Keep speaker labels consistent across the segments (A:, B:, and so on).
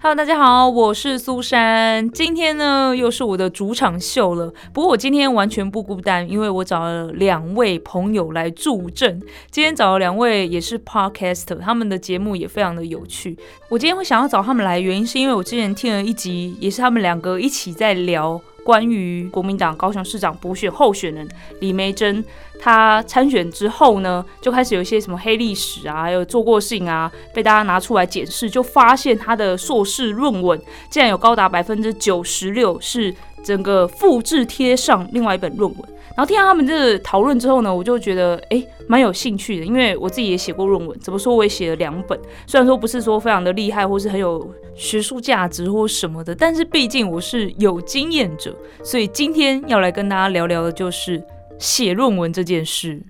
A: Hello，大家好，我是苏珊。今天呢，又是我的主场秀了。不过我今天完全不孤单，因为我找了两位朋友来助阵。今天找了两位也是 podcaster，他们的节目也非常的有趣。我今天会想要找他们来，原因是因为我之前听了一集，也是他们两个一起在聊关于国民党高雄市长补选候选人李梅珍，她参选之后呢，就开始有一些什么黑历史啊，还有做过的事情啊，被大家拿出来检视，就发现她的硕士论文竟然有高达百分之九十六是整个复制贴上另外一本论文。然后听到他们这个讨论之后呢，我就觉得诶蛮有兴趣的，因为我自己也写过论文，怎么说我也写了两本，虽然说不是说非常的厉害，或是很有学术价值或什么的，但是毕竟我是有经验者，所以今天要来跟大家聊聊的就是写论文这件事。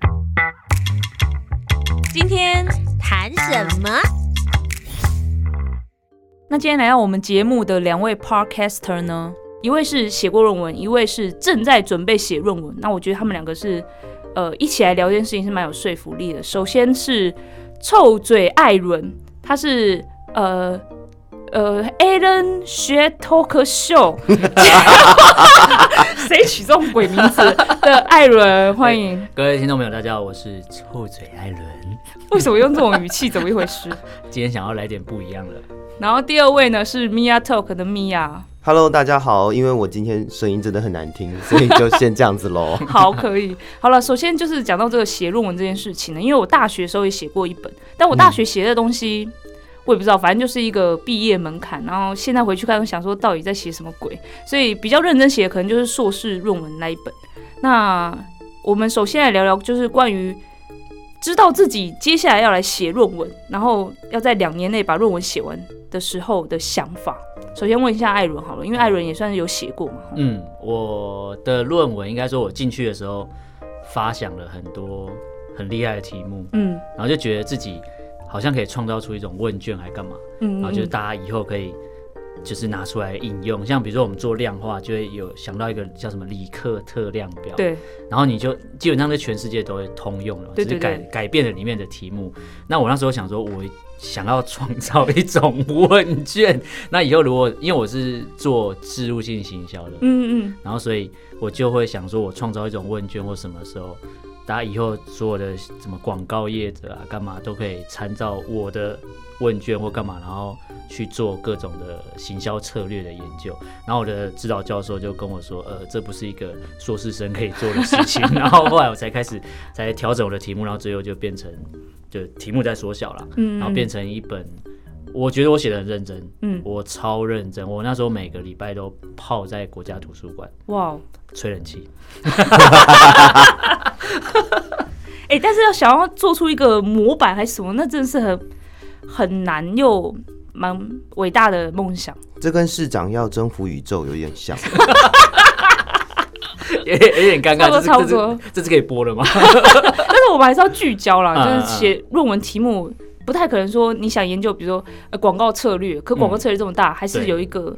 A: 今天
B: 谈什么？
A: 那今天来到我们节目的两位 podcaster 呢，一位是写过论文，一位是正在准备写论文。那我觉得他们两个是，呃，一起来聊这件事情是蛮有说服力的。首先是臭嘴艾伦，他是呃呃 Alan 学 talk show，谁取这种鬼名 字的艾伦？欢迎。
C: 各位听众朋友，大家好，我是臭嘴艾伦，
A: 为什么用这种语气？怎么一回事？
C: 今天想要来点不一样的。
A: 然后第二位呢是 Mia Talk 的 Mia。。
D: Hello，大家好，因为我今天声音真的很难 听，所以就先这样子喽
A: 好，可以。好了，首先就是讲到这个写论文这件事情呢，因为我大学的时候也写过一本，但我大学写的东西、我也不知道，反正就是一个毕业门槛。然后现在回去看，想说到底在写什么鬼，所以比较认真写的可能就是硕士论文那一本。那我们首先来聊聊，就是关于知道自己接下来要来写论文，然后要在两年内把论文写完的时候的想法。首先问一下艾伦好了，因为艾伦也算是有写过嘛，
C: 嗯，我的论文应该说，我进去的时候发想了很多很厉害的题目，
A: 嗯
C: 然后就觉得自己好像可以创造出一种问卷，还干嘛？
A: 嗯，
C: 然后就是
A: 嗯
C: 大家以后可以就是拿出来应用，像比如说我们做量化，就会有想到一个叫什么里克特量表，
A: 对，
C: 然后你就基本上在全世界都会通用了，
A: 对
C: 只
A: 对
C: 是改
A: 对
C: 改变了里面的题目。那我那时候想说，我想要创造一种 问卷，那以后如果因为我是做植入性行销的，
A: 嗯嗯。
C: 然后所以我就会想说，我创造一种问卷或什么时候。大家以后所有的什么广告业者啊，干嘛都可以参照我的问卷或干嘛，然后去做各种的行销策略的研究。然后我的指导教授就跟我说，呃，这不是一个硕士生可以做的事情。 然后后来我才开始才调整我的题目，然后最后就变成就题目在缩小了，
A: 嗯
C: 然后变成一本。我觉得我写的很认真，
A: 嗯
C: 我超认真。我那时候每个礼拜都泡在国家图书馆
A: 哇哦，
C: 吹冷气，
A: 哎、但是要想要做出一个模板还是什么，那真的是很很难又蛮伟大的梦想。
D: 这跟市长要征服宇宙有点 像，
C: 有点有点尴
A: 差不多
C: 尬，这
A: 差不
C: 是
A: 多
C: 这是这是可以播的吗？
A: 但是我们还是要聚焦啦，
C: 嗯
A: 就是写论文题目。不太可能说你想研究，比如说呃广告策略，可广告策略这么大，还是
C: 嗯对
A: 有一个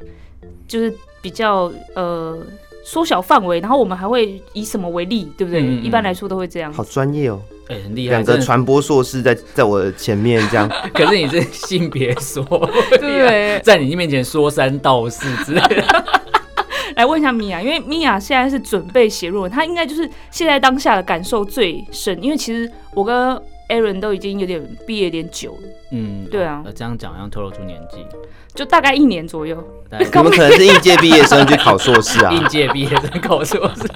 A: 就是比较呃缩小范围，然后我们还会以什么为例，对不对？
C: 嗯嗯嗯
A: 一般来说都会这样。
D: 好专业哦。
C: 哎、很厉害，
D: 两个
C: 真的
D: 传播硕士在在我的前面 这样，
C: 可是你是性别说，
A: 对
C: 在你面前说三道四之类的。
A: 来问一下米娅，因为米娅现在是准备写论文，她应该就是现在当下的感受最深，因为其实我跟 Aaron 都已经有点毕业有点久了，
C: 嗯，
A: 对啊
C: 呃这样讲好像透露出年纪，
A: 就大概一年左右。
C: 大概
D: 你们可能是应届毕业生去考 硕士啊。
C: 应届毕业生口说是，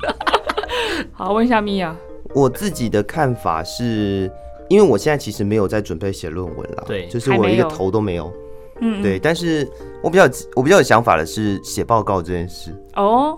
A: 好，问一下米娅，
D: 我自己的看法是，因为我现在其实没有在准备写论文啦，
C: 对
D: 就是我一
A: 还没
D: 个
A: 有
D: 头都没有。
A: 嗯，
D: 对，但是我比较我比较有想法的是写报告这件事，
A: 哦，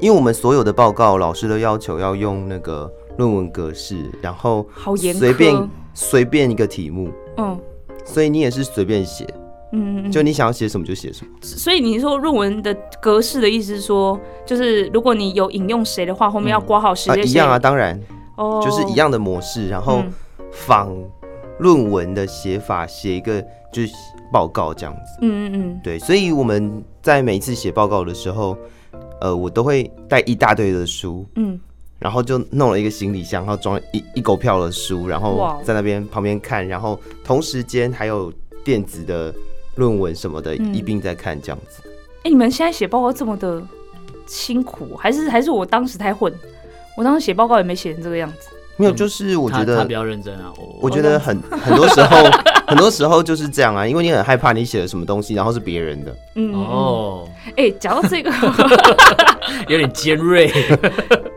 D: 因为我们所有的报告老师都要求要用那个论文格式，然后
A: 好严苛
D: 随便随便一个题目，
A: 嗯，
D: 所以你也是随便写。
A: 嗯嗯，
D: 就你想要写什么就写什么。
A: 所以你说论文的格式的意思是说，就是如果你有引用谁的话，后面要挂好时
D: 啊，
A: 间、
D: 一样啊，，当然
A: 哦，
D: 就是一样的模式，然后
A: 嗯
D: 仿论文的写法写一个就是报告这样子。
A: 嗯嗯
D: 对，所以我们在每一次写报告的时候，呃，我都会带一大堆的书，
A: 嗯
D: 然后就弄了一个行李箱，然后装了一一狗票的书，然
A: 哇哦
D: 后在那边旁边看，然后同时间还有电子的论文什么的，
A: 嗯
D: 一并在看这样子。
A: 嗯。哎、你们现在写报告这么的辛苦，还是还是我当时太混？我当时写报告也没写成这个样子。
D: 没有，
C: 嗯
D: 就是 我觉
C: 他他比
D: 得，
C: 较认真啊，我
D: 我觉得很很多时候，很多时候就是这样啊，因为你很害怕你写了什么东西，然后是别人的。
A: 嗯，哦，
C: 哦，
A: 哎、讲到这个，
C: 有点尖锐，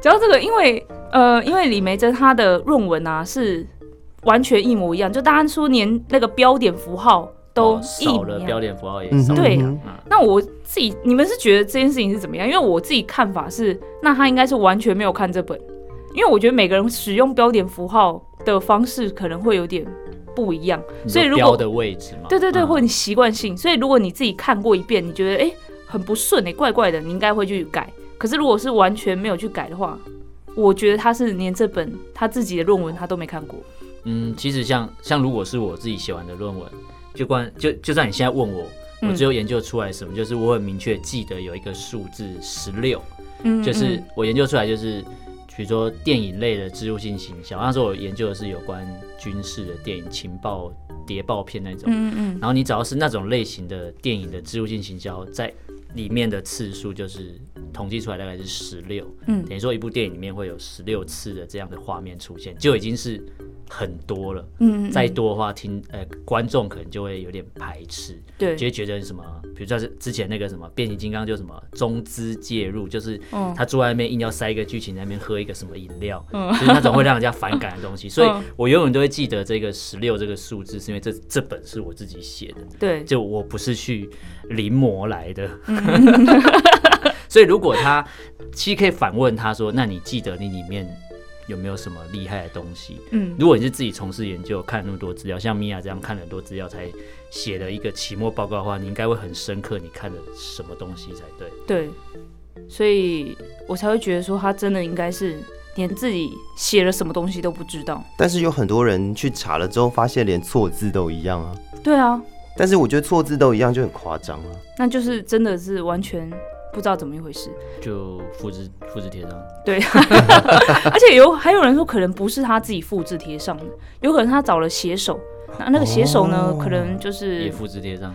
A: 讲到这个，因为呃，因为李梅珍她的论文啊是完全一模一样，就大家说连那个标点符号都
C: 哦
A: 一
C: 少
A: 模
C: 了
A: 一样。
C: 标点符号也
D: 嗯
C: 少了，
A: 对
D: 嗯
C: 啊
A: 那我自己，你们是觉得这件事情是怎么样？因为我自己看法是，那他应该是完全没有看这本，因为我觉得每个人使用标点符号的方式可能会有点不一样，
C: 你
A: 所以
C: 说
A: 如
C: 标
A: 果
C: 的位置嘛，
A: 对对对，
C: 嗯
A: 或者你习惯性，所以如果你自己看过一遍，你觉得诶很不顺诶，怪怪的，你应该会去改。可是如果是完全没有去改的话，我觉得他是连这本他自己的论文他都没看过。
C: 嗯，其实像像如果是我自己写完的论文，就关就就算你现在问我，我
A: 嗯
C: 最后研究出来什么，就是我很明确记得有一个数字十六，
A: 嗯
C: 就是我研究出来就是。比如说电影类的植入性行销，那时候我研究的是有关军事的电影、情报、谍报片那种。
A: 嗯嗯
C: 然后你只要是那种类型的电影的植入性行销，在里面的次数就是统计出来大概是十六，
A: 嗯
C: 等于说一部电影里面会有十六次的这样的画面出现，就已经是很多了。
A: 嗯嗯，
C: 再多的话，听呃观众可能就会有点排斥，
A: 对
C: 就，会觉得什么，比如说是之前那个什么变形金刚就什么中资介入，就是
A: 嗯
C: 他坐在那边硬要塞一个剧情，在那边喝一个什么饮料，
A: 嗯
C: 就是那种会让人家反感的东西。所以
A: 嗯
C: 我永远都会记得这个十六这个数字，是因为这这本是我自己写的。
A: 对，
C: 就我不是去临摹来的。
A: 嗯
C: 所以如果他其实可以反问他说：“那你记得你里面有没有什么厉害的东西？”
A: 嗯
C: 如果你是自己从事研究，看那么多资料，像米娅这样看了很多资料才写了一个期末报告的话，你应该会很深刻，你看了什么东西才对。
A: 对，所以我才会觉得说他真的应该是连自己写了什么东西都不知道。
D: 但是有很多人去查了之后，发现连错字都一样啊。
A: 对啊，
D: 但是我觉得错字都一样就很夸张啊了、
A: 那就是真的是完全不知道怎么一回事。
C: 就复制复制贴上，
A: 对，而且有还有人说可能不是他自己复制贴上的，有可能他找了写手。那那个写手呢，可能就
C: 哦也
A: 是
C: 复制贴上。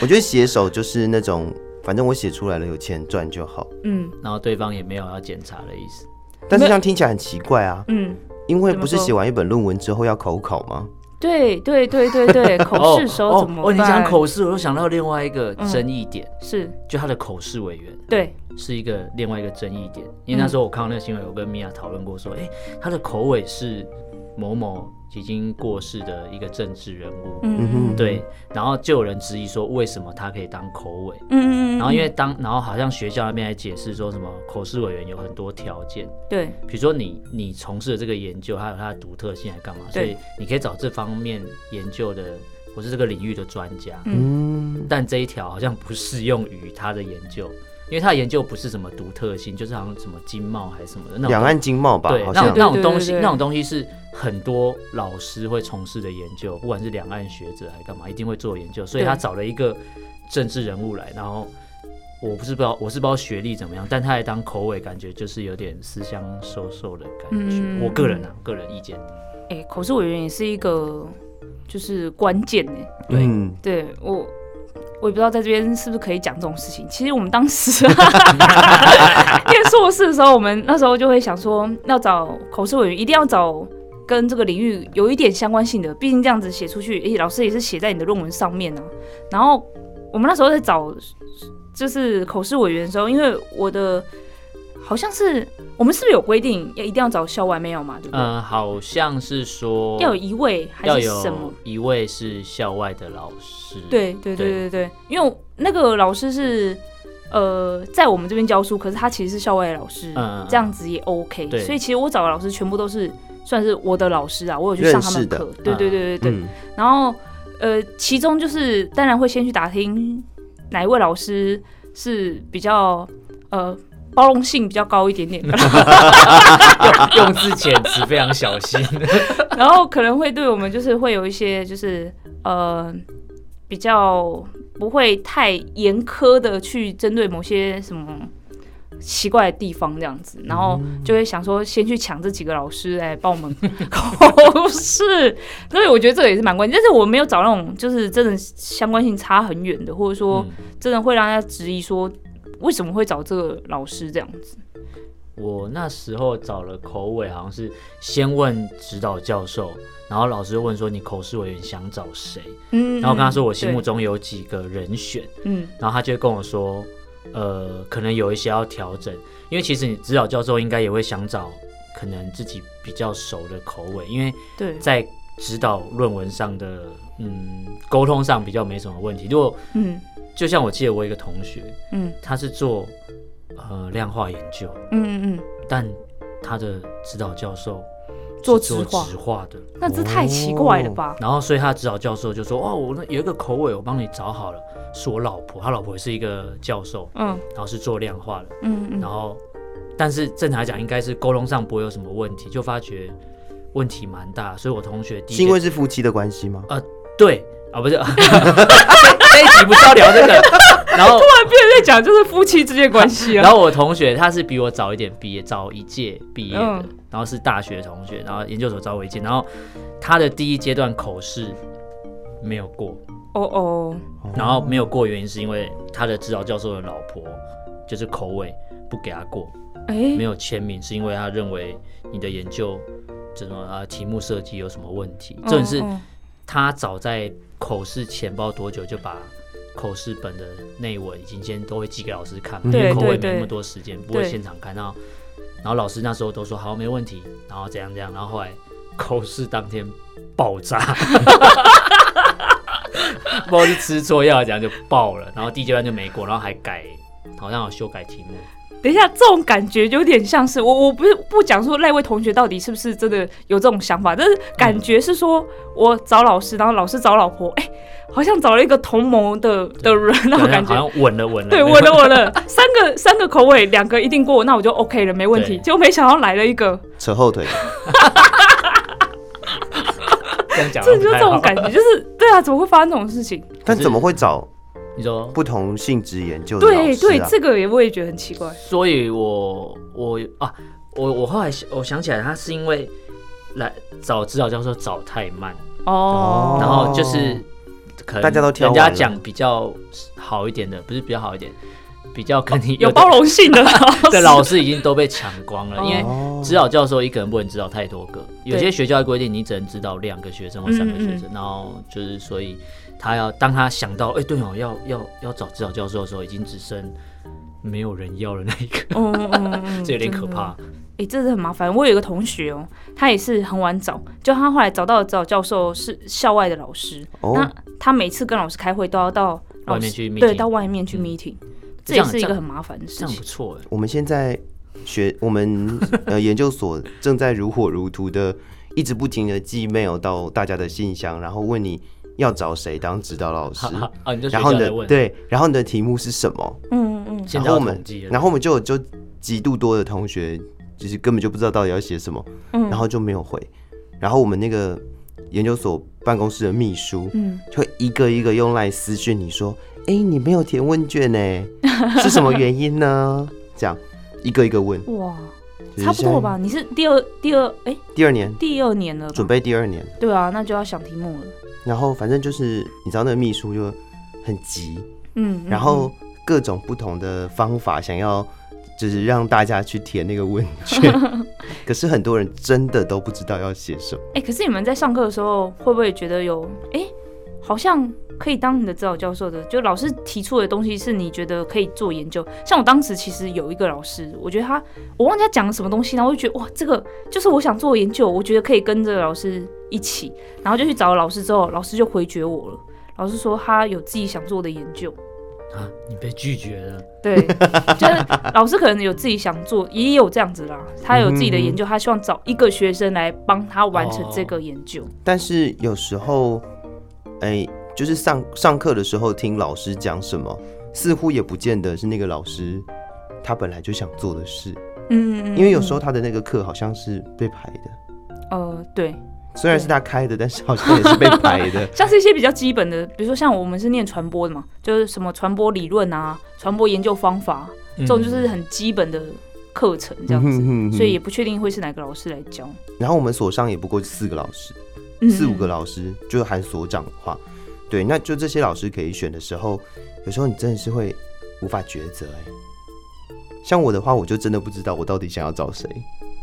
D: 我觉得写手就是那种，反正我写出来了，有钱赚就好。
A: 嗯
C: 然后对方也没有要检查的意思，
D: 但是这样听起来很奇怪啊，
A: 嗯，
D: 因为
A: 怎么
D: 不是
A: 说
D: 写完一本论文之后要口考吗？
A: 对对对对 对，口试时候怎
C: 哦哦
A: 么
C: 哦，你
A: 办？
C: 讲口试，我又想到另外一个
A: 嗯
C: 争议点，
A: 是，
C: 就他的口试委员。
A: 对，
C: 是一个另外一个争议点，因为那时候我看到那个新闻，有跟米娅讨论过，说，诶，他的口尾是某某已经过世的一个政治人物，
A: 嗯嗯
C: 对，然后就有人质疑说，为什么他可以当口尾？
A: 嗯嗯，
C: 然后因为当，然后好像学校那边还解释说什么口试委员有很多条件，
A: 嗯对
C: 比如说你你从事的这个研究，还有它的独特性，还干嘛？所
A: 对
C: 以你可以找这方面研究的或是这个领域的专家，
D: 嗯，
C: 但这一条好像不适用于他的研究，因为他的研究不是什么独特性，就是好像什么经贸还是什么的那种
D: 两岸经贸吧
C: 对，
D: 好
C: 那种
D: 像
A: 对
C: 那种东
A: 对
C: 西，
A: 对对
C: 那种东西是很多老师会从事的研究，不管是两岸学者还干嘛，一定会做研究，所以
A: 对
C: 他找了一个政治人物来，然后。我不是不知道，我是不知道学历怎么样，但他来当口尾，感觉就是有点思乡瘦瘦的感觉。
A: 嗯
C: 我个人啊，个人意见，
A: 哎、口试委员也是一个就是关键欸呢、
C: 对
D: 嗯，
A: 对我。我也不知道在这边是不是可以讲这种事情。其实我们当 时念硕士的时候，我们那时候就会想说，要找口试委员，一定要找跟这个领域有一点相关性的，毕竟这样子写出去，诶、老师也是写在你的论文上面啊。然后我们那时候在找就是口试委员的时候，因为我的好像是我们是不是有规定要一定要找校外没有嘛，对不对？
C: 嗯，好像是说
A: 要有一位
C: 要
A: 还是什么
C: 有？一位是校外的老师，
A: 对对对对
C: 对
A: 对，因为那个老师是呃在我们这边教书，可是他其实是校外的老师，
C: 嗯
A: 这样子也 OK。
C: 对
A: 所以其实我找的老师全部都是算是我的老师啊，我有去
D: 认
A: 上他们
D: 识的
A: 课。对对对对对。
D: 嗯
A: 然后呃，其中就是当然会先去打听哪一位老师是比较呃包容性比较高一点点的，
C: 用字遣词非常小 心。
A: 然后可能会对我们就是会有一些就是呃比较不会太严苛的去针对某些什么奇怪的地方这样子，然后
C: 嗯
A: 就会想说先去抢这几个老师来帮我们 口试，所以我觉得这个也是蛮关键，但是我没有找那种就是真的相关性差很远的，或者说
C: 嗯
A: 真的会让大家质疑说为什么会找这个老师这样子。
C: 我那时候找了口尾，好像是先问指导教授，然后老师问说你口试委员想找谁，
A: 嗯
C: 然后我跟他说我心目，中有几个人选，
A: 对嗯
C: 然后他就跟我说，呃，可能有一些要调整，因为其实你指导教授应该也会想找可能自己比较熟的口尾，因为
A: 对，
C: 在指导论文上的嗯沟通上比较没什么问题。如果
A: 嗯
C: 就像我记得我有一个同学，
A: 嗯
C: 他是做呃量化研究，
A: 嗯嗯嗯，
C: 但他的指导教授是
A: 做
C: 做
A: 直化
C: 直化的，
A: 那这太奇怪了吧？
C: 然后所以他的指导教授就说：“哦，我那有一个口尾，我帮你找好了，是我老婆，他老婆也是一个教授，哦
A: 嗯
C: 然后是做量化的，
A: 嗯嗯
C: 然后但是正常来讲应该是沟通上不会有什么问题，就发觉问题蛮大，所以我同学第一
D: 是因
C: 个
D: 为是夫妻的关系吗？
C: 对啊，不是 这一集不是要聊这个，然后
A: 在讲就是夫妻之间的关系 啊。
C: 然后我同学他是比我早一点毕业，早一届毕业的，
A: 嗯
C: 然后是大学同学，然后研究所找我一届，然后他的第一阶段口试没有过，
A: 哦哦，
C: 然后没有过原因是因为他的指导教授的老婆就是口尾不给他过，
A: 哎
C: 没，有签名，是因为他认为你的研究这种啊题目设计有什么问题，这种是
A: 嗯嗯
C: 他早在口试前包多久就把。口试本的内文已经先都会寄给老师看嘛，因
A: 嗯对
C: 为口尾
A: 对对
C: 没那么多时间，不会
A: 对
C: 现场看到。然后老师那时候都说好，没问题，然后怎样怎样，然后后来口试当天爆炸， 不知道是吃错药还是怎样就爆了，然后第一阶段就没过，然后还改，好像有修改题目，
A: 等一下，这种感觉有点像是我，我不是不讲说那位同学到底是不是真的有这种想法，但是感觉是说我找老师，然后老师找老婆，哎、好像找了一个同谋的的人，那
C: 好
A: 种感
C: 像好
A: 觉。
C: 像稳了稳了，
A: 对，我的我 的三个三个口味，两个一定过，那我就 OK 了，没问题。
C: 对
A: 结果没想到来了一个，
D: 扯后腿，
C: 这样讲好
A: 这就
C: 像不
A: 是这
C: 太好
A: 种感觉，就是对啊，怎么会发生这种事情？
D: 但怎么会找
C: 你说
D: 不同性质研究的老
A: 对
D: 师
A: 对，
D: 啊？
A: 这个也我也觉得很奇怪。
C: 所以我我啊，我我后来想我想起来，他是因为来找指导教授找太慢，
A: 哦，
C: 然后就是可能
D: 大家都挑
C: 人
D: 完
C: 家
D: 了
C: 讲比较好一点的，不是比较好一点，比较跟你
A: 哦有
C: 的
A: 包容性 的
C: 的老师已经都被抢光了，因为
D: 哦
C: 指导教授一个人不能指导太多个，有些
A: 对
C: 学校会规定你只能指导两个学生或三个学
A: 嗯
C: 生，然后就是所以他要当他想到哎、对哦要要要找指导教授的时候，已经只剩没有人要了那一个，
A: 嗯，嗯嗯嗯嗯，
C: 这有点可
A: 真的
C: 怕。
A: 诶，这是很麻烦。我有一个同学哦，他也是很晚找，就他后来找到的指导教授是校外的老师，
D: 哦
A: 那，他每次跟老师开会都要到老
C: 外面去 meeting
A: 对，到外面去
C: 嗯
A: meeting，、这
C: 这
A: 也
C: 样
A: 是一个很麻烦的事
C: 这样
A: 情
C: 不。错哎。
D: 我们现在学 我们呃研究所正在如火如荼的，一直不停的寄 mail 到大家的信箱，然后问你要找谁当指导老师，
C: 啊，你就学
D: 然后
C: 校
D: 你
C: 在
D: 的
C: 问，，
D: 对，然后你的题目是什么？
A: 嗯嗯
C: 现
D: 然
C: 在
D: 后
C: 要
D: 我
C: 统
D: 们
C: 计，了，
D: 然后我们就有就极度多的同学，就是根本就不知道到底要写什么，
A: 嗯，
D: 然后就没有回。然后我们那个研究所办公室的秘书，
A: 嗯，
D: 就会一个一个用来私讯你说：“哎、你没有填问卷呢， 是什么原因呢？”这样一个一个问，
A: 哇，
D: 就是
A: 差不多吧？你是第二第二诶，
D: 现在。第二年
A: 第二年了吧，
D: 准备第二年，
A: 对啊，那就要想题目了。
D: 然后反正就是你知道那个秘书就很急，
A: 嗯，嗯
D: 然后各种不同的方法想要。就是让大家去填那个问 卷，可是很多人真的都不知道要写什么。
A: 哎、可是你们在上课的时候，会不会觉得有哎、好像可以当你的指导教授的？就老师提出的东西是你觉得可以做研究。像我当时其实有一个老师，我觉得他我忘记他讲了什么东西，然后我就觉得哇，这个就是我想做的研究，我觉得可以跟着老师一起，然后就去找老师之后，老师就回绝我了。老师说他有自己想做的研究，
C: 啊，你被拒绝了，
A: 对， 就是老师可能有自己想做，也有这样子啦。他有自己的研究，他希望找一个学生来帮他完成这个研究。
D: 但是有时候，哎，就是上上课的时候听老师讲什么，似乎也不见得是那个老师他本来就想做的事，
A: 嗯，
D: 因为有时候他的那个课好像是被排的，
A: 呃，对，。
D: 虽然是他开的，但是好像也是被排的
A: 像是一些比较基本的，比如说像我们是念传播的嘛，就是什么传播理论啊、传播研究方法，这
C: 嗯
A: 种就是很基本的课程 这样子，
D: 嗯哼哼哼
A: 所以也不确定会是哪个老师来教，
D: 然后我们所上也不过四个老师，
A: 嗯
D: 四五个老师，就是含所长的话，对，那就这些老师可以选的时候，有时候你真的是会无法抉择哎、像我的话，我就真的不知道我到底想要找谁。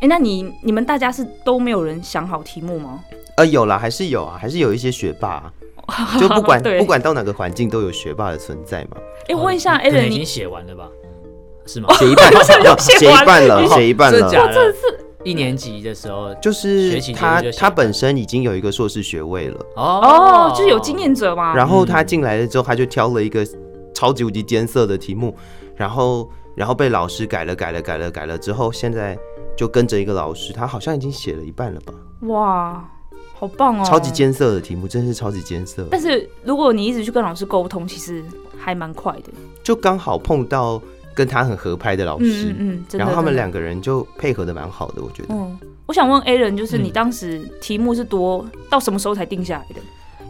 A: 哎、那你你们大家是都没有人想好题目吗？
D: 呃，有啦，还是有啊，还是有一些学霸 啊、就不管
A: 对
D: 不管到哪个环境都有学霸的存在 嘛。
A: 哎、问一下
C: 哦嗯可能
A: Allen，
C: 已
A: 你
C: 经写完了吧？ 是吗？
D: 写一半，写一半
A: 你
D: 了，写一半
C: 真的
D: 了。
C: 假的？一年级的时候
D: 就是
C: 学习结束
D: 他
C: 就写
D: 他
C: 一半
D: 本身已经有一个硕士学位了，
A: 哦，就是有经验者嘛，
D: 然后他进来了之后，他就挑了一个超级无敌艰涩的题目，然后然后被老师改了改了改了改了之后，现在就跟着一个老师，他好像已经写了一半了吧？
A: 哇，好棒哦，
D: 超级。艰涩的题目，真是超级艰涩。
A: 但是如果你一直去跟老师沟通，其实还蛮快的。
D: 就刚好碰到跟他很合拍的老师
A: 嗯，嗯，真的。
D: 哦然后他们
A: 真的
D: 两个人就配合的蛮好的，我觉得。
A: 嗯，我想问 a l a n 就是
C: 嗯
A: 你当时题目是多、到什么时候才定下来的？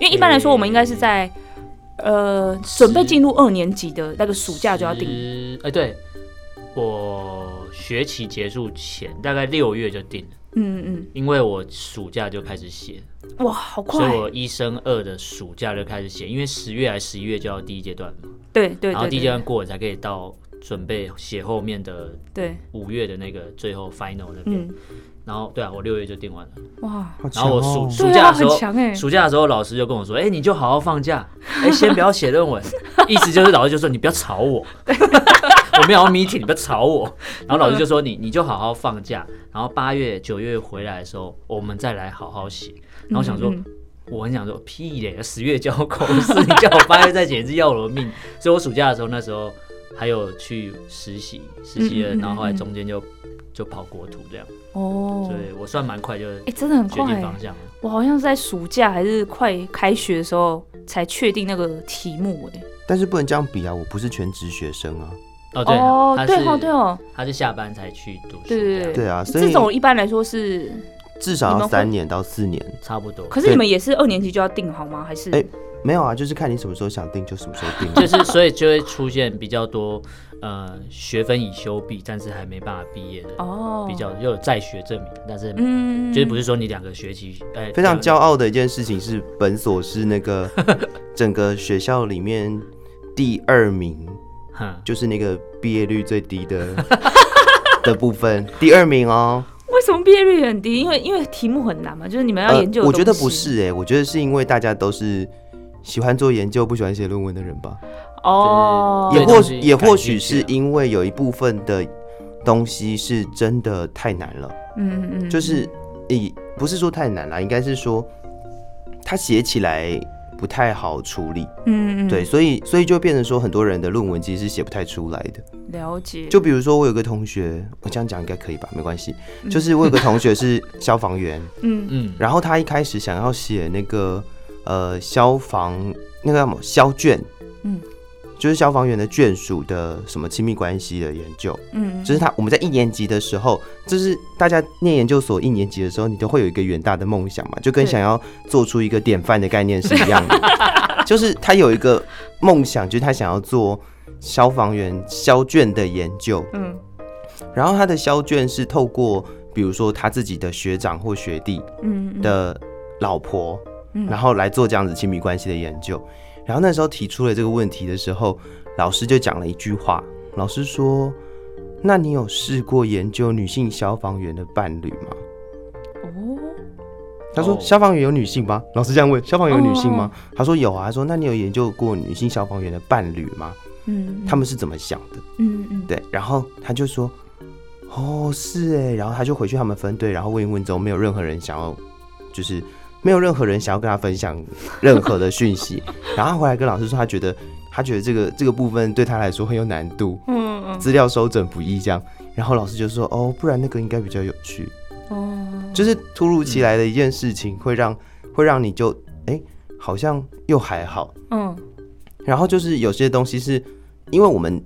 A: 因为一般来说，我们应该是在、呃准备进入二年级的那个暑假就要定。
C: 定。哎，对，我学期结束前大概六月就定了，
A: 嗯嗯
C: 因为我暑假就开始写，
A: 嗯，哇，好
C: 所
A: 快
C: 以！我一升二的暑假就开始写，因为十月还十一月就要第一阶段嘛，
A: 对对
C: 然后
A: 对
C: 第一阶
A: 对
C: 段过了才可以到准备写后面的
A: 对，
C: 五月的那个最后 final 那边。
A: 嗯，
C: 然后对啊，我六月就定完了。
A: 哇，
D: 好
C: 然后我
D: 强哦
C: 暑暑
A: 对
C: 假
A: 啊，
C: 的时
A: 很
C: 候，
A: 强哎、
C: 暑假的时候，老师就跟我说：“ 哎、你就好好放假，哎、先不要写论文。”意思就是老师就说：“你不要吵 我， 我们有要 meeting，你不要吵我。”
A: 嗯
C: 然后老师就说：“你你就好好放假，然后八月九月回来的时候，我们再来好好写。”然后我想说。
A: 嗯
C: 我很想说屁嘞，十月交口试，你叫我八月再写是要我的命。 所以我暑假的时候，那时候还有去实习，实习了，
A: 嗯嗯嗯
C: 然后后
A: 嗯
C: 来
A: 嗯
C: 中间就就跑国图这样，
A: 哦，
C: 所以我算蛮快就
A: 哎、真的很
C: 决
A: 快、
C: 定
A: 欸
C: 方。向了。
A: 我好像是在暑假还是快开学的时候才确定那个题目哎、
D: 但是不能这样比啊，我不是全职学生啊。
C: 哦，对，他
A: 对
C: 是
A: 哦对哦，
C: 他是下班才去读书，
A: 对对
C: 这样
D: 对啊，所
A: 这
D: 以
A: 种一般来说是，
D: 至少
A: 你
D: 要
A: 们会
D: 三年到四年。
C: 差不多。
A: 可是
D: 对
A: 你们也是二年级就要定好吗？还是？
D: 哎没有啊，就是看你什么时候想定就什么时候 定啊。
C: 就是所以就会出现比较多呃学分已修毕，但是还没办法毕业的，
A: 哦，
C: 比较又有在学证明，但是
A: 嗯，
C: 就是不是说你两个学期，哎，
D: 非常骄
C: 傲，
D: 傲的一件事情是，本所是那 个整个学校里面第二名，
C: 哼，
D: 就是那个毕业率最低 的的部分，第二名哦。
A: 为什么毕业率很低？因为因为题目很难嘛，就是你们要研究、
D: 呃我觉得不是哎、我觉得是因为大家都是喜欢做研究，不喜欢写论文的人吧。
A: 哦，
D: 也
C: 对东
D: 或
C: 西
D: 也
C: 感
D: 或
C: 兴
D: 许
C: 趣
D: 是
C: 啊
D: 因为有一部分的东西是真的太难了，
A: 嗯嗯，
D: 就是以不是说太难啦，应该是说它写起来不太好处理。
A: 嗯嗯
D: 对，所以所以就变成说，很多人的论文其实是写不太出来的。
A: 了解，
D: 就比如说，我有个同学，我这样讲应该可以吧？没关系， 就是我有个同学是消防员，
A: 嗯
C: 嗯，
D: 然后他一开始想要写那个呃消防那个叫什么消卷，
A: 嗯，
D: 就是消防员的眷属的什么亲密关系的研究，
A: 嗯
D: 就是他我们在一年级的时候，就是大家念研究所一年级的时候，你都会有一个远大的梦想嘛，就跟
A: 对
D: 想要做出一个典范的概念是一样的，就是他有一个梦想，就是他想要做消防员消卷的研究，
A: 嗯
D: 然后他的消卷是透过比如说他自己的学长或学弟，
A: 嗯
D: 的老婆，
A: 嗯
D: 然后来做这样子亲密关系的研究。然后那时候提出了这个问题的时候，老师就讲了一句话，老师说：“那你有试过研究女性消防员的伴侣吗
A: 哦，？”
D: 他说：“
C: 哦
D: 消防员有女性吗？”老师这样问：“消防员有女性吗？”
A: 哦
D: 他说：“有啊。”他说：“那你有研究过女性消防员的伴侣吗？
A: 嗯，
D: 他们是怎么想的？”
A: 嗯嗯
D: 对，然后他就说：“哦，是哎。”然后他就回去他们分队，然后问一问之后，没有任何人想要，就是没有任何人想要跟他分享任何的讯息。然后他回来跟老师说，他觉得他觉得这个这个部分对他来说很有难度，
A: 嗯
D: 资料收整不易这样。然后老师就说：“哦，不然那个应该比较有趣。
A: 嗯”哦，
D: 就是突如其来的一件事情，会让会让你就哎，好像又还好。
A: 嗯
D: 然后就是有些东西是因为我们，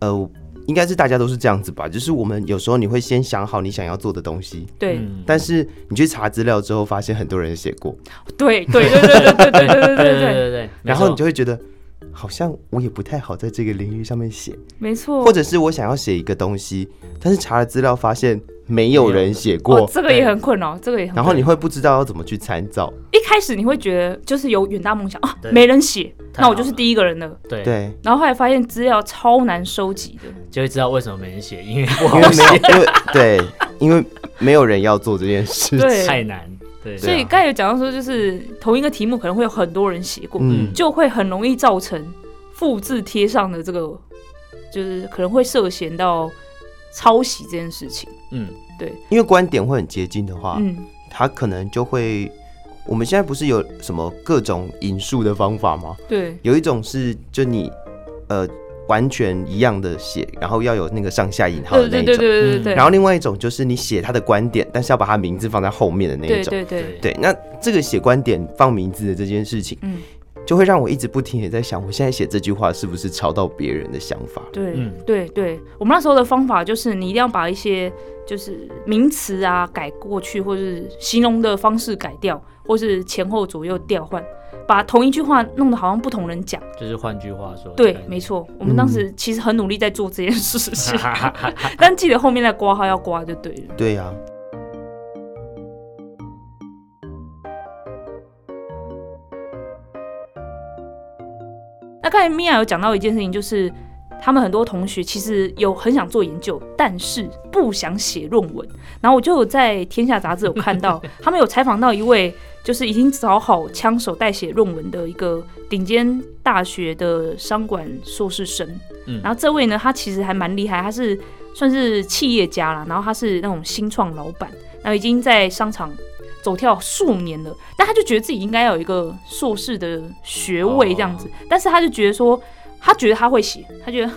D: 呃，应该是大家都是这样子吧，就是我们有时候你会先想好你想要做的东西，
A: 对
C: 嗯
D: 但是你去查资料之后，发现很多人写过，
A: 对对 对对对对对对对
C: 对
A: 对
C: 对
A: 对，
C: 对对，
D: 然后
C: 没
D: 你
C: 错
D: 就会觉得好像我也不太好在这个领域上面写，
A: 没错，
D: 或者是我想要写一个东西，但是查了资料发现没有人写过，
A: 哦，这个也很困扰，这个也很困扰。
D: 然后你会不知道要怎么去参照，
A: 一开始你会觉得就是有远大梦想啊，
C: 对
A: 没人写，
C: 太
A: 那我
C: 好
A: 就是
C: 了
A: 第一个人了。
C: 对，
D: 对，
A: 然后后来发现资料超难收集的，
C: 就会知道为什么没人写，因为不
D: 因
C: 好
D: 为没有，因为对，因为没有人要做这件 事，
A: 对
C: 太难。
D: 啊
C: 对，
A: 所以刚才有讲到说，就是同一个题目可能会有很多人写过，
D: 嗯，
A: 就会很容易造成复制贴上的这个，就是可能会涉嫌到抄袭这件事情。
C: 嗯，
D: 因为观点会很接近的话，
A: 嗯，
D: 他可能就会。我们现在不是有什么各种引述的方法吗？
A: 对，
D: 有一种是就你，呃，完全一样的写，然后要有那个上下引号的
A: 对
D: 那
A: 对对对
D: 一种。嗯
A: 对对对，
D: 然后另外一种就是你写他的观点，但是要把他名字放在后面的那一
A: 对
D: 种。
A: 对对，
D: 对那这个写观点放名字的这件事情，
A: 嗯，
D: 就会让我一直不停的在想，我现在写这句话是不是抄到别人的想法？
A: 对、
C: 嗯
A: 对对，我们那时候的方法就是，你一定要把一些就是名词啊改过去，或是形容的方式改掉，或是前后左右调换，把同一句话弄得好像不同人讲。
C: 就是换句话说，
A: 对
C: 这个，
A: 没错，我们当时其实很努力在做这件事情， 但记得后面那刮号要刮就对了。
D: 对呀、啊，
A: 那刚才米娅有讲到一件事情，就是他们很多同学其实有很想做研究，但是不想写论文。然后我就有在《天下》杂志有看到，他们有采访到一位就是已经找好枪手代写论文的一个顶尖大学的商管硕士生。
C: 嗯
A: 然后这位呢，他其实还蛮厉害，他是算是企业家啦，然后他是那种新创老板，然后已经在商场。走跳数年了，但他就觉得自己应该要有一个硕士的学位这样子，但是他就觉得说，他觉得他会写，他觉得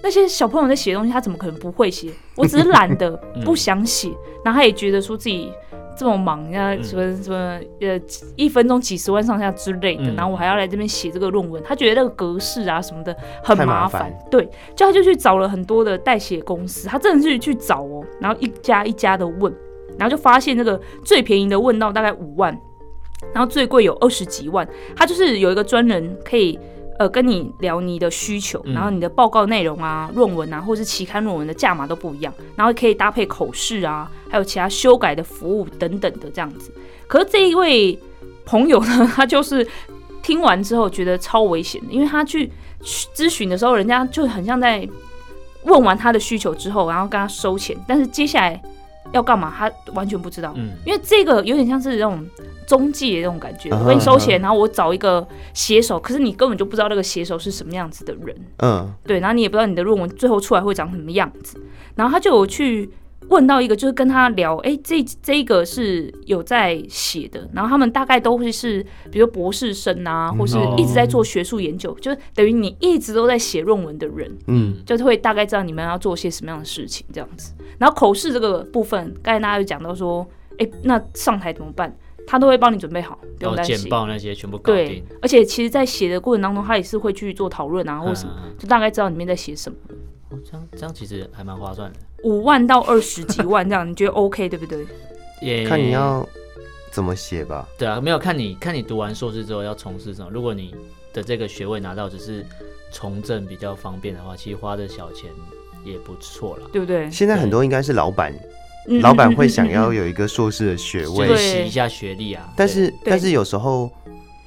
A: 那些小朋友在写的东西，他怎么可能不会写？我只是懒得
C: 嗯
A: 不想写，然后他也觉得说自己这么忙，那
C: 嗯
A: 什么什么呃，一分钟几十万上下之类的，
C: 嗯
A: 然后我还要来这边写这个论文，他觉得那个格式啊什么的很
D: 太麻
A: 麻
D: 烦
A: 烦，对，就他就去找了很多的代写公司，他真的是去找哦，然后一家一家的问，然后就发现那个最便宜的问到大概五万，然后最贵有二十几万，他就是有一个专人可以。呃，跟你聊你的需求，
C: 嗯
A: 然后你的报告内容啊、论文啊，或是期刊论文的价码都不一样，然后可以搭配口试啊，还有其他修改的服务等等的这样子。可是这一位朋友呢， 他就是听完之后觉得超危险的，因为他去咨询的时候，人家就很像在问完他的需求之后，然后跟他收钱，但是接下来要干嘛，他完全不知道。
C: 嗯，
A: 因为这个有点像是那种中介那种感觉，
D: 嗯
A: 我给你收钱，然后我找一个写手，可是你根本就不知道那个写手是什么样子的人，
D: 嗯，
A: 对，然后你也不知道你的论文最后出来会长什么样子，然后他就有去问到一个，就是跟他聊，哎、这这一个是有在写的，然后他们大概都会是，比如博士生啊，或是一直在做学术研究，就是等于你一直都在写论文的人，
D: 嗯，
A: 就是会大概知道你们要做些什么样的事情这样子。然后口试这个部分，刚才大家有讲到说，哎、那上台怎么办？他都会帮你准备好，不用
C: 然后
A: 担
C: 哦简
A: 心。
C: 报那些全部搞
A: 对
C: 定，，
A: 而且其实，在写的过程当中，他也是会去做讨论啊，或
C: 嗯
A: 者什么，就大概知道里面在写什么。
C: 哦这样这样其实还蛮划算的，
A: 五万到二十几万这样，你觉得 OK 对不对？嗯
C: 也
D: 看你要怎么写吧。
C: 对啊，没有看你看你读完硕士之后要从事什么。如果你的这个学位拿到只是从政比较方便的话，其实花的小钱也不错啦。
A: 对不嗯对？
D: 现在很多应该是老板，
A: 嗯
D: 老板会想要
A: 嗯嗯嗯嗯
D: 有一个硕士的学
C: 就
D: 位，
C: 是洗一下学历啊。
D: 但是
A: 对
D: 但是有时候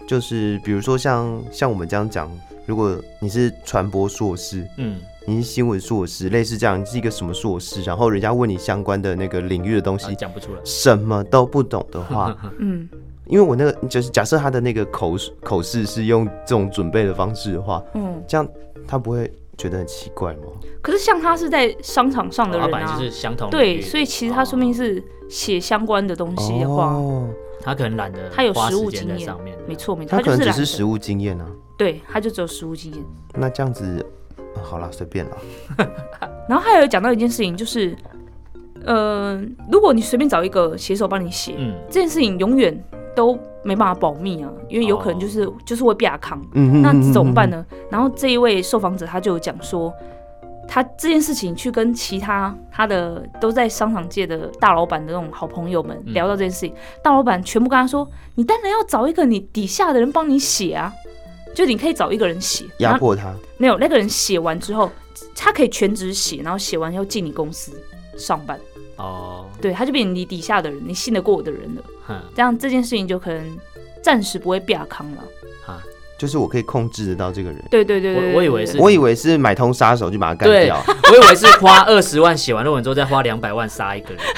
D: 就是比如说像像我们这样讲，如果你是传播硕士，
C: 对，嗯，
D: 你是新闻硕士，类似这样，你是一个什么硕士，然后人家问你相关的那个领域的东
C: 啊
D: 西，
C: 讲不出来。
D: 什么都不懂的 话，
A: 嗯
D: 因为我那个就是假设他的那个口口试是用这种准备的方式的话，
A: 嗯。
D: 这样他不会觉得很奇怪吗？
A: 可是像他是在商场上的
C: 老
A: 人
C: 板
A: 啊
C: 就，是嗯相同领域
A: 对，所以其实他说明是写相关的东西的话，
D: 哦，
C: 他可能懒得
A: 他有
C: 花
A: 实
C: 时
A: 务
C: 间
A: 经
C: 在
A: 验
C: 上面。
A: 没错没错，
D: 他可
A: 就
D: 能只
A: 懒
D: 是
A: 得
D: 实务经验啊。
A: 对，他就只有实务经验。
D: 那这样子，呃好啦，随便啦。
A: 然后还有讲到一件事情，就是，呃，如果你随便找一个写手帮你写，
C: 嗯，
A: 这件事情永远都没办法保密啊，因为有可能就是、就是会被他扛。
D: 哦嗯
A: 那怎么办？
D: 嗯嗯嗯嗯
A: 呢？然后这一位受访者他就有讲说，他这件事情去跟其他他的都在商场界的大老板的那种好朋友们
C: 嗯
A: 聊到这件事情，大老板全部跟他说，你当然要找一个你底下的人帮你写啊，就你可以找一个人写，然
D: 压
A: 后
D: 迫他，
A: 没有那个人写完之后，他可以全职写，然后写完要进你公司上班，
C: 哦，
A: 对，他就变成你底下的人，你信得过我的人了，
C: 哼
A: 这样这件事情就可能暂时不会被康了。
C: 啊，
D: 就是我可以控制得到这个人。
A: 对对对对
C: 我
A: 对
C: 我以为
A: 对
C: 是
D: 我以为是买通杀手就把他干
C: 对
D: 掉，
C: 我以为是花二十万写完论文之后再花两百万杀一个人。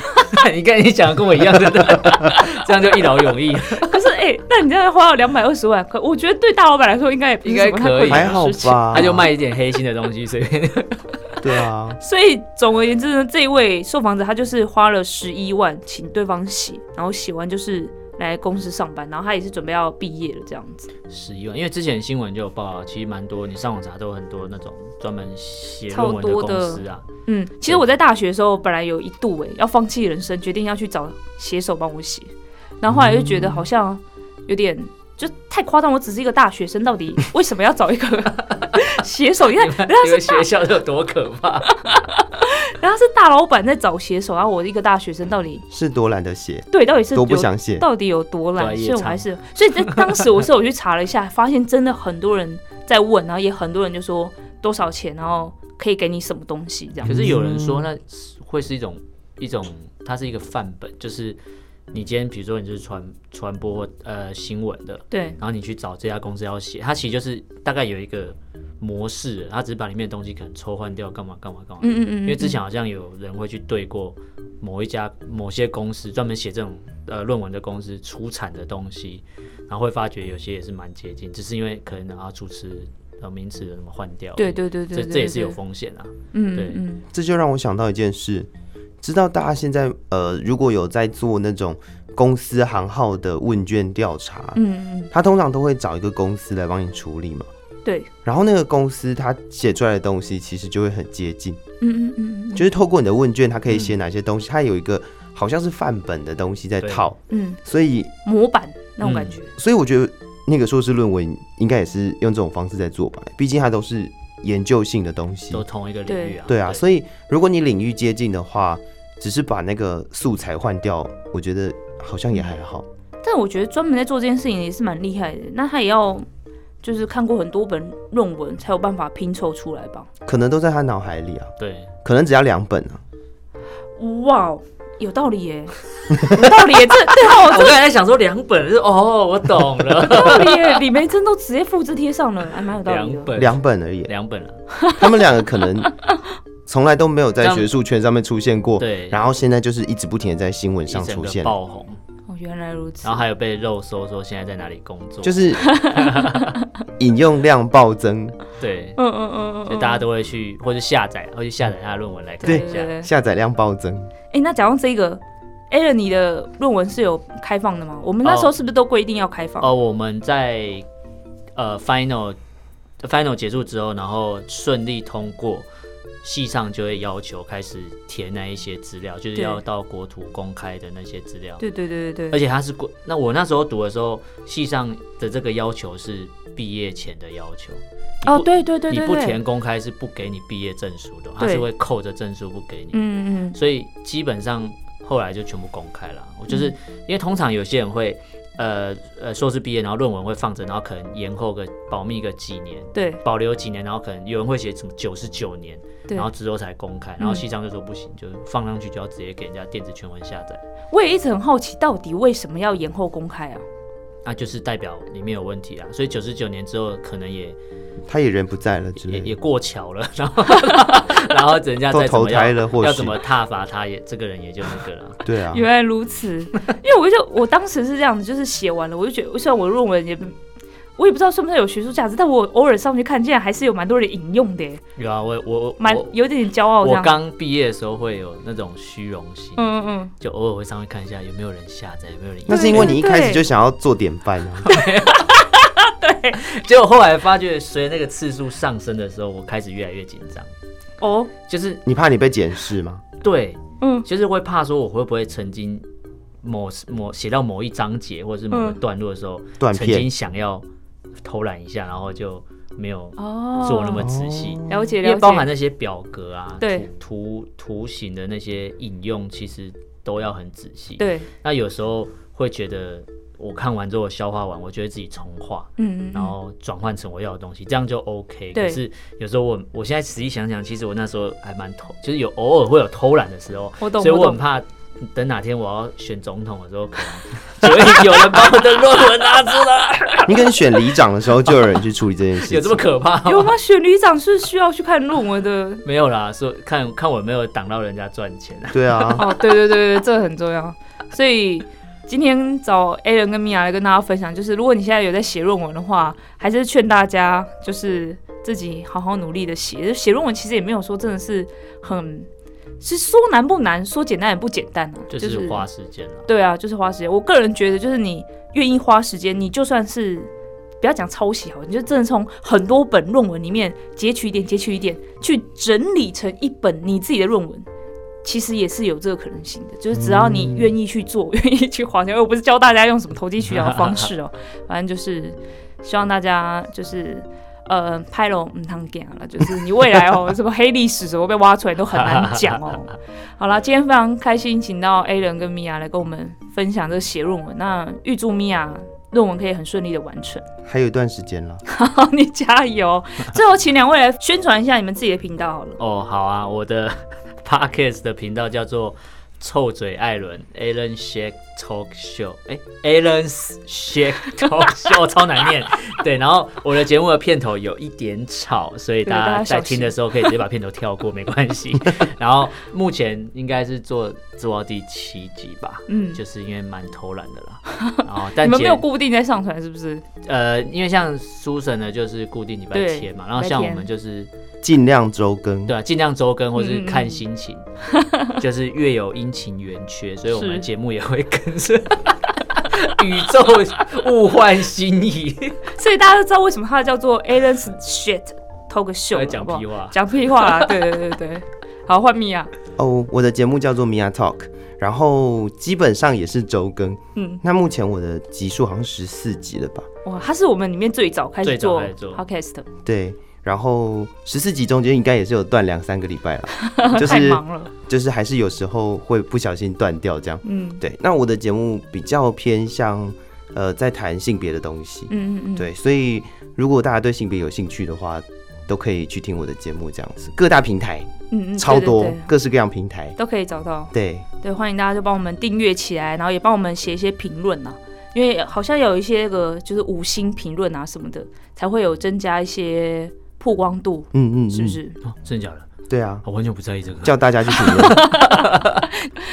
C: 你看你讲的跟我一样的， 这样就一劳永逸。
A: 可是哎、那你这样花了两百二十万，可我觉得对大老板来说应该也不是
C: 应该
A: 什么太
C: 可
A: 困
C: 以
A: 难的
D: 还好
A: 事情
D: 吧？
C: 他就卖一点黑心的东西，随便。
D: 对啊，
A: 所以总而言之呢，这一位受访者他就是花了十一万请对方写，然后写完就是来公司上班，然后他也是准备要毕业了这样子。
C: 十一万，因为之前新闻就有报道，其实蛮多，你上网查都有很多那种专门写论文的
A: 超多
C: 公
A: 的
C: 司啊。
A: 嗯，其实我在大学的时候本来有一度哎、要放弃人生，决定要去找写手帮我写，然后后来就觉得好像有点。就太夸张，我只是一个大学生，到 底为什么要找一个写手？你看，人家
C: 这个学校有多可怕？
A: 然后是大老板在找写手，然后我一个大学生到底
D: 是多懒得写，
A: 对到底是
D: 多不
A: 有
D: 想写。
A: 到底有多懒，
C: 对
A: 所
C: 夜
A: 以我
C: 唱
A: 还是所以在当时我是有去查了一下，发现真的很多人在问，然后也很多人就说多少钱，然后可以给你什么东西这样
C: 可。是有人说，那是会是一种一种，它是一个范本，就是你今天比如说你是传传播或呃新闻的，
A: 对，
C: 然后你去找这家公司要写，它其实就是大概有一个模式，它只是把里面的东西可能抽换掉，干嘛干嘛干嘛。
A: 嗯嗯嗯，
C: 因为之
A: 嗯
C: 前好像有人会去对过某一家某些公司专门写这种呃论文的公司出产的东西，然后会发觉有些也是蛮接近，只是因为可能啊主持呃名词有什么换掉，
A: 对对对对，
C: 这
A: 对
C: 这也是有，
A: 对
C: 风险啊。
A: 嗯
C: 对
A: 嗯嗯，
D: 这就让我想到一件事，知道大家现在呃，如果有在做那种公司行号的问卷调查，
A: 嗯嗯
D: 他通常都会找一个公司来帮你处理嘛。
A: 嗯，对，
D: 然后那个公司它写出来的东西其实就会很接近，
A: 嗯嗯嗯嗯嗯
D: 就是透过你的问卷，它可以写哪些东西，它有一个好像是范本的东西在
C: 对
D: 套，
A: 嗯
D: 所以
A: 模板那种
C: 嗯
A: 感觉，
D: 所以我觉得那个硕士论文应该也是用这种方式在做吧，毕竟它都是研究性的东西
C: 都。同一个领域啊。
D: 对啊，
C: 以
D: 所以如果你领域接近的话，只是把那个素材换掉，我觉得好像也还好。
C: 嗯
A: 但我觉得专门在做这件事情也是蛮厉害的，那他也要就是看过很多本论文才有办法拼凑出来吧。
D: 可能都在他脑海里啊，
C: 对，
D: 可能只要两本啊。
A: 哇，有道理耶， 有道理耶，这对哦，
C: 我刚才在想说两本，就是哦，我懂 了，
A: 有道理耶，李梅珍都直接复制贴上了，还蛮有道
C: 两
A: 理的。
C: 本，
D: 两本而已，
C: 两本了。
D: 他们两个可 能从来都没有
C: 这
D: 在
C: 样
D: 学术圈上面出现过，
C: 对，
D: 然后现在就是一直不停的在新闻
C: 一
D: 上
C: 整
D: 出
C: 个
D: 现，
C: 爆红，
A: 哦，原来如此
C: 然后。还有被肉搜说现在在哪里工作，
D: 就是引用量暴增，
C: 对，
A: 嗯嗯嗯
C: 所以大家都会去或者下载，会去下载他的论文来看
A: 对
C: 一
A: 对
C: 下。
A: 对。
D: 下载量暴增。
A: 哎，那讲到这个 a l 你的论文是有开放的吗？我们
C: 哦
A: 那时候是不是都规定要开放？
C: 呃，我们在呃 final final 结束之后，然后顺利通过，系上就会要求开始填那一些资料，就是
A: 对
C: 要到国土公开的那些资料。
A: 对对对对
C: 而
A: 对。
C: 且它是国，那我那时候读的时候，系上的这个要求是毕业前的要求。你
A: 哦，
C: 不，
A: 对对对
C: 你
A: 对
C: 不
A: 对
C: 填。公开是不给你毕业证书的，它
A: 对
C: 是会扣着证书不给你。
A: 嗯嗯
C: 所以基本上后来就全部公开了。我就是、
D: 嗯
C: 因为通常有些人会，呃呃，硕士毕业，然后论文会放着，然后可能延后个保密个几年，
A: 嗯，对
C: 保留几年，然后可能有人会写什么九十九年，
A: 对
C: 然。后之后才公开。然
D: 嗯
C: 后西藏就说不行，就是放上去就要直接给人家电子全文下载，
A: 我也一直很好奇，到底为什么要延后公开啊？
C: 那就是代表里面有问题啊。所以九十九年之后可能也
D: 他也人不在了之
C: 也
D: 类
C: 也
D: 的，
C: 过桥了，然后 然后人家
D: 都
C: 再怎
D: 投
C: 么
D: 胎
C: 样。
D: 了，或
C: 要
D: 许
C: 怎么挞伐他也这个人也就那个了，
D: 对啊，
A: 原来如此， 因为我就我当时是这样子，就是写完了，我就觉得虽然我论文也不，我也不知道算不算有学术价值，但我偶尔上去看，竟然还是有蛮多人引用的耶，
C: 有啊，我我我
A: 蛮有点骄哦傲这
C: 我
A: 样。
C: 刚毕业的时候会有那种虚荣心，
A: 嗯嗯嗯，
C: 就偶尔会上去看一下有没有人下载，有没有人。
D: 那是因为你一开
A: 对
D: 始就想要做典范啊，
C: 结果后来发觉，随着那个次数上升的时候，我开始越来越紧张，
A: 哦，
C: 就是
D: 你怕你被检视吗？
C: 对，
A: 嗯
C: 就是会怕说我会不会曾经某某写到某一章节或者是某个
A: 嗯
C: 段落的时候，
D: 断
C: 曾
D: 片
C: 经想要偷懒一下，然后就没有
A: 哦，
C: 做那么仔细。
D: 哦
A: 了解
C: 因
A: 了
C: 为
A: 解，
C: 包含那些表格啊、
A: 对
C: 图图图形的那些引用，其实都要很仔细。，
A: 对，
C: 那有时候会觉得我看完之后消化完，我觉得自己重画，
A: 嗯嗯，
C: 然后转换成我要的东西，这样就 OK。
A: 对
C: 可是有时候我我现在仔细想想，其实我那时候还蛮偷，就是有偶尔会有偷懒的时候，
A: 我懂
C: 所以
A: 我
C: 我
A: 懂
C: 很怕。等哪天我要选总统的时候，可能就会有人把我的论文拿出 来，
D: 你可能选里长的时候就有人去处理这件事情，
C: 有这么可怕吗？
A: 有 吗？选旅长是需要去看论文的。
C: 没有啦，说看看我有没有挡到人家赚钱啊。
D: 对啊，
A: 哦，对对对对，这很重要。所以今天找 A 人跟米娅来跟大家分享，就是如果你现在有在写论文的话，还是劝大家就是自己好好努力的写。写论文其实也没有说真的是很，是说难不难，说简单也不简单、啊、
C: 就
A: 就是
C: 花时间了。
A: 对啊，就是花时间。我个人觉得，就是你愿意花时间，你就算是不要讲抄袭好了，你就真的从很多本论文里面截取一点、截取一点，去整理成一本你自己的论文。其实也是有这个可能性的，就是只要你愿意去做， 愿、意去花钱。因为我不是教大家用什么投机取巧的方式哦，反正就是希望大家就是呃拍龙嗯汤点了，就是你未来哦什么黑历史什么被挖出来都很难讲哦。好啦，今天非常开心，请到 A 人跟米娅来跟我们分享这个写论文。那预祝米娅论文可以很顺利的完成，
D: 还有一段时间了。
A: 好，你加 油！最后，请两位来宣传一下你们自己的频道好了。
C: 哦，好啊，我的 podcast 的频道叫做“臭嘴艾伦 ”（Alan Shake Talk Show），哎、a l a n s Shake Talk Show 超难念。对，然后我的节目的片头有一点吵，所以
A: 对大
C: 大家
A: 家
C: 在
A: 小心
C: 听的时候可以直接把片头跳过，没关系。然后目前应该是做做到第七集吧，
A: 嗯，
C: 就是因为蛮偷懒的啦。然后 但
A: 你们
C: 节
A: 没有固定在上传是不是？
C: 呃，因为像苏神呢，就是固定礼拜
A: 对
C: 天嘛，然后
A: 礼拜
C: 像我
A: 天
C: 们就是
D: 尽量周更
C: 对，啊，尽量周更或是
A: 嗯嗯
C: 看
A: 嗯
C: 心情，就是越有阴晴圆缺，所以我们
A: 是
C: 节目也会跟着 宇宙物换 星移，
A: 所以大家都知道为什么它叫做 Alan's Shit 偷个秀
C: 在
A: 了，
C: 讲
A: 好不好
C: 屁话。
A: 讲屁话啦。 对对对对，好，换米娅。
D: 哦。我的节目叫做 Mia Talk，然后基本上也是周更。
A: 嗯，
D: 那目前我的集数好像十四集了吧？
A: 哇，他是我们里面最早开
C: 最
A: 始
C: 早
A: 做
C: 开始做
A: podcast，的
D: 对，然后十四集中间应该也是有断两三个礼拜 了，就
A: 太
D: 是
A: 忙了。
D: 就是还是有时候会不小心断掉这样。
A: 嗯
D: 对，那我的节目比较偏向呃在谈性别的东西，
A: 嗯嗯嗯，
D: 对，所以如果大家对性别有兴趣的话，都可以去听我的节目这样子，各大平台
A: 嗯嗯，
D: 超
A: 对对
D: 多，
A: 对
D: 各式各样平台。
A: 都可以找到。
D: 对，
A: 对，欢迎大家就帮我们订阅起来，然后也帮我们写一些评论啊，因为好像有一些那个就是五星评论啊什么的，才会有增加一些曝光度，
D: 嗯嗯，嗯
A: 是不？是？
C: 哦，真的假的？
D: 对啊，
C: 我完全不在意这个。
D: 叫大家去评 论，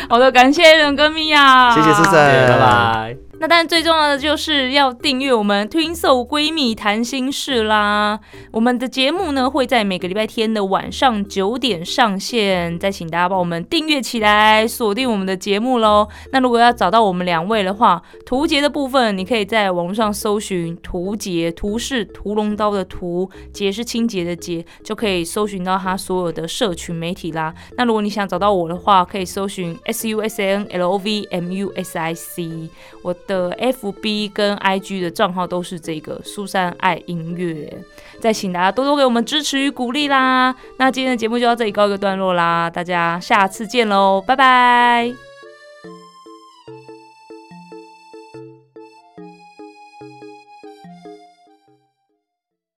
A: 好的，感谢人跟米娅，
D: 谢谢苏
C: 对，
D: 珊
C: 拜拜。
A: 那当然最重要的就是要订阅我们 Twin Soul 闺蜜谈心事啦。我们的节目呢会在每个礼拜天的晚上九点上线，再请大家帮我们订阅起来，锁定我们的节目喽。那如果要找到我们两位的话，图杰的部分你可以在网络上搜寻“图杰”，图是屠龙刀的图，杰是清洁的杰，就可以搜寻到他所有的社群媒体啦。那如果你想找到我的话，可以搜寻 S U S A N L O V M U S I C。我的 FB 跟 IG 的账号都是这个苏珊爱音乐，再请大家多多给我们支持与鼓励啦。那今天的节目就到这里告一个段落啦，大家下次见喽，拜拜。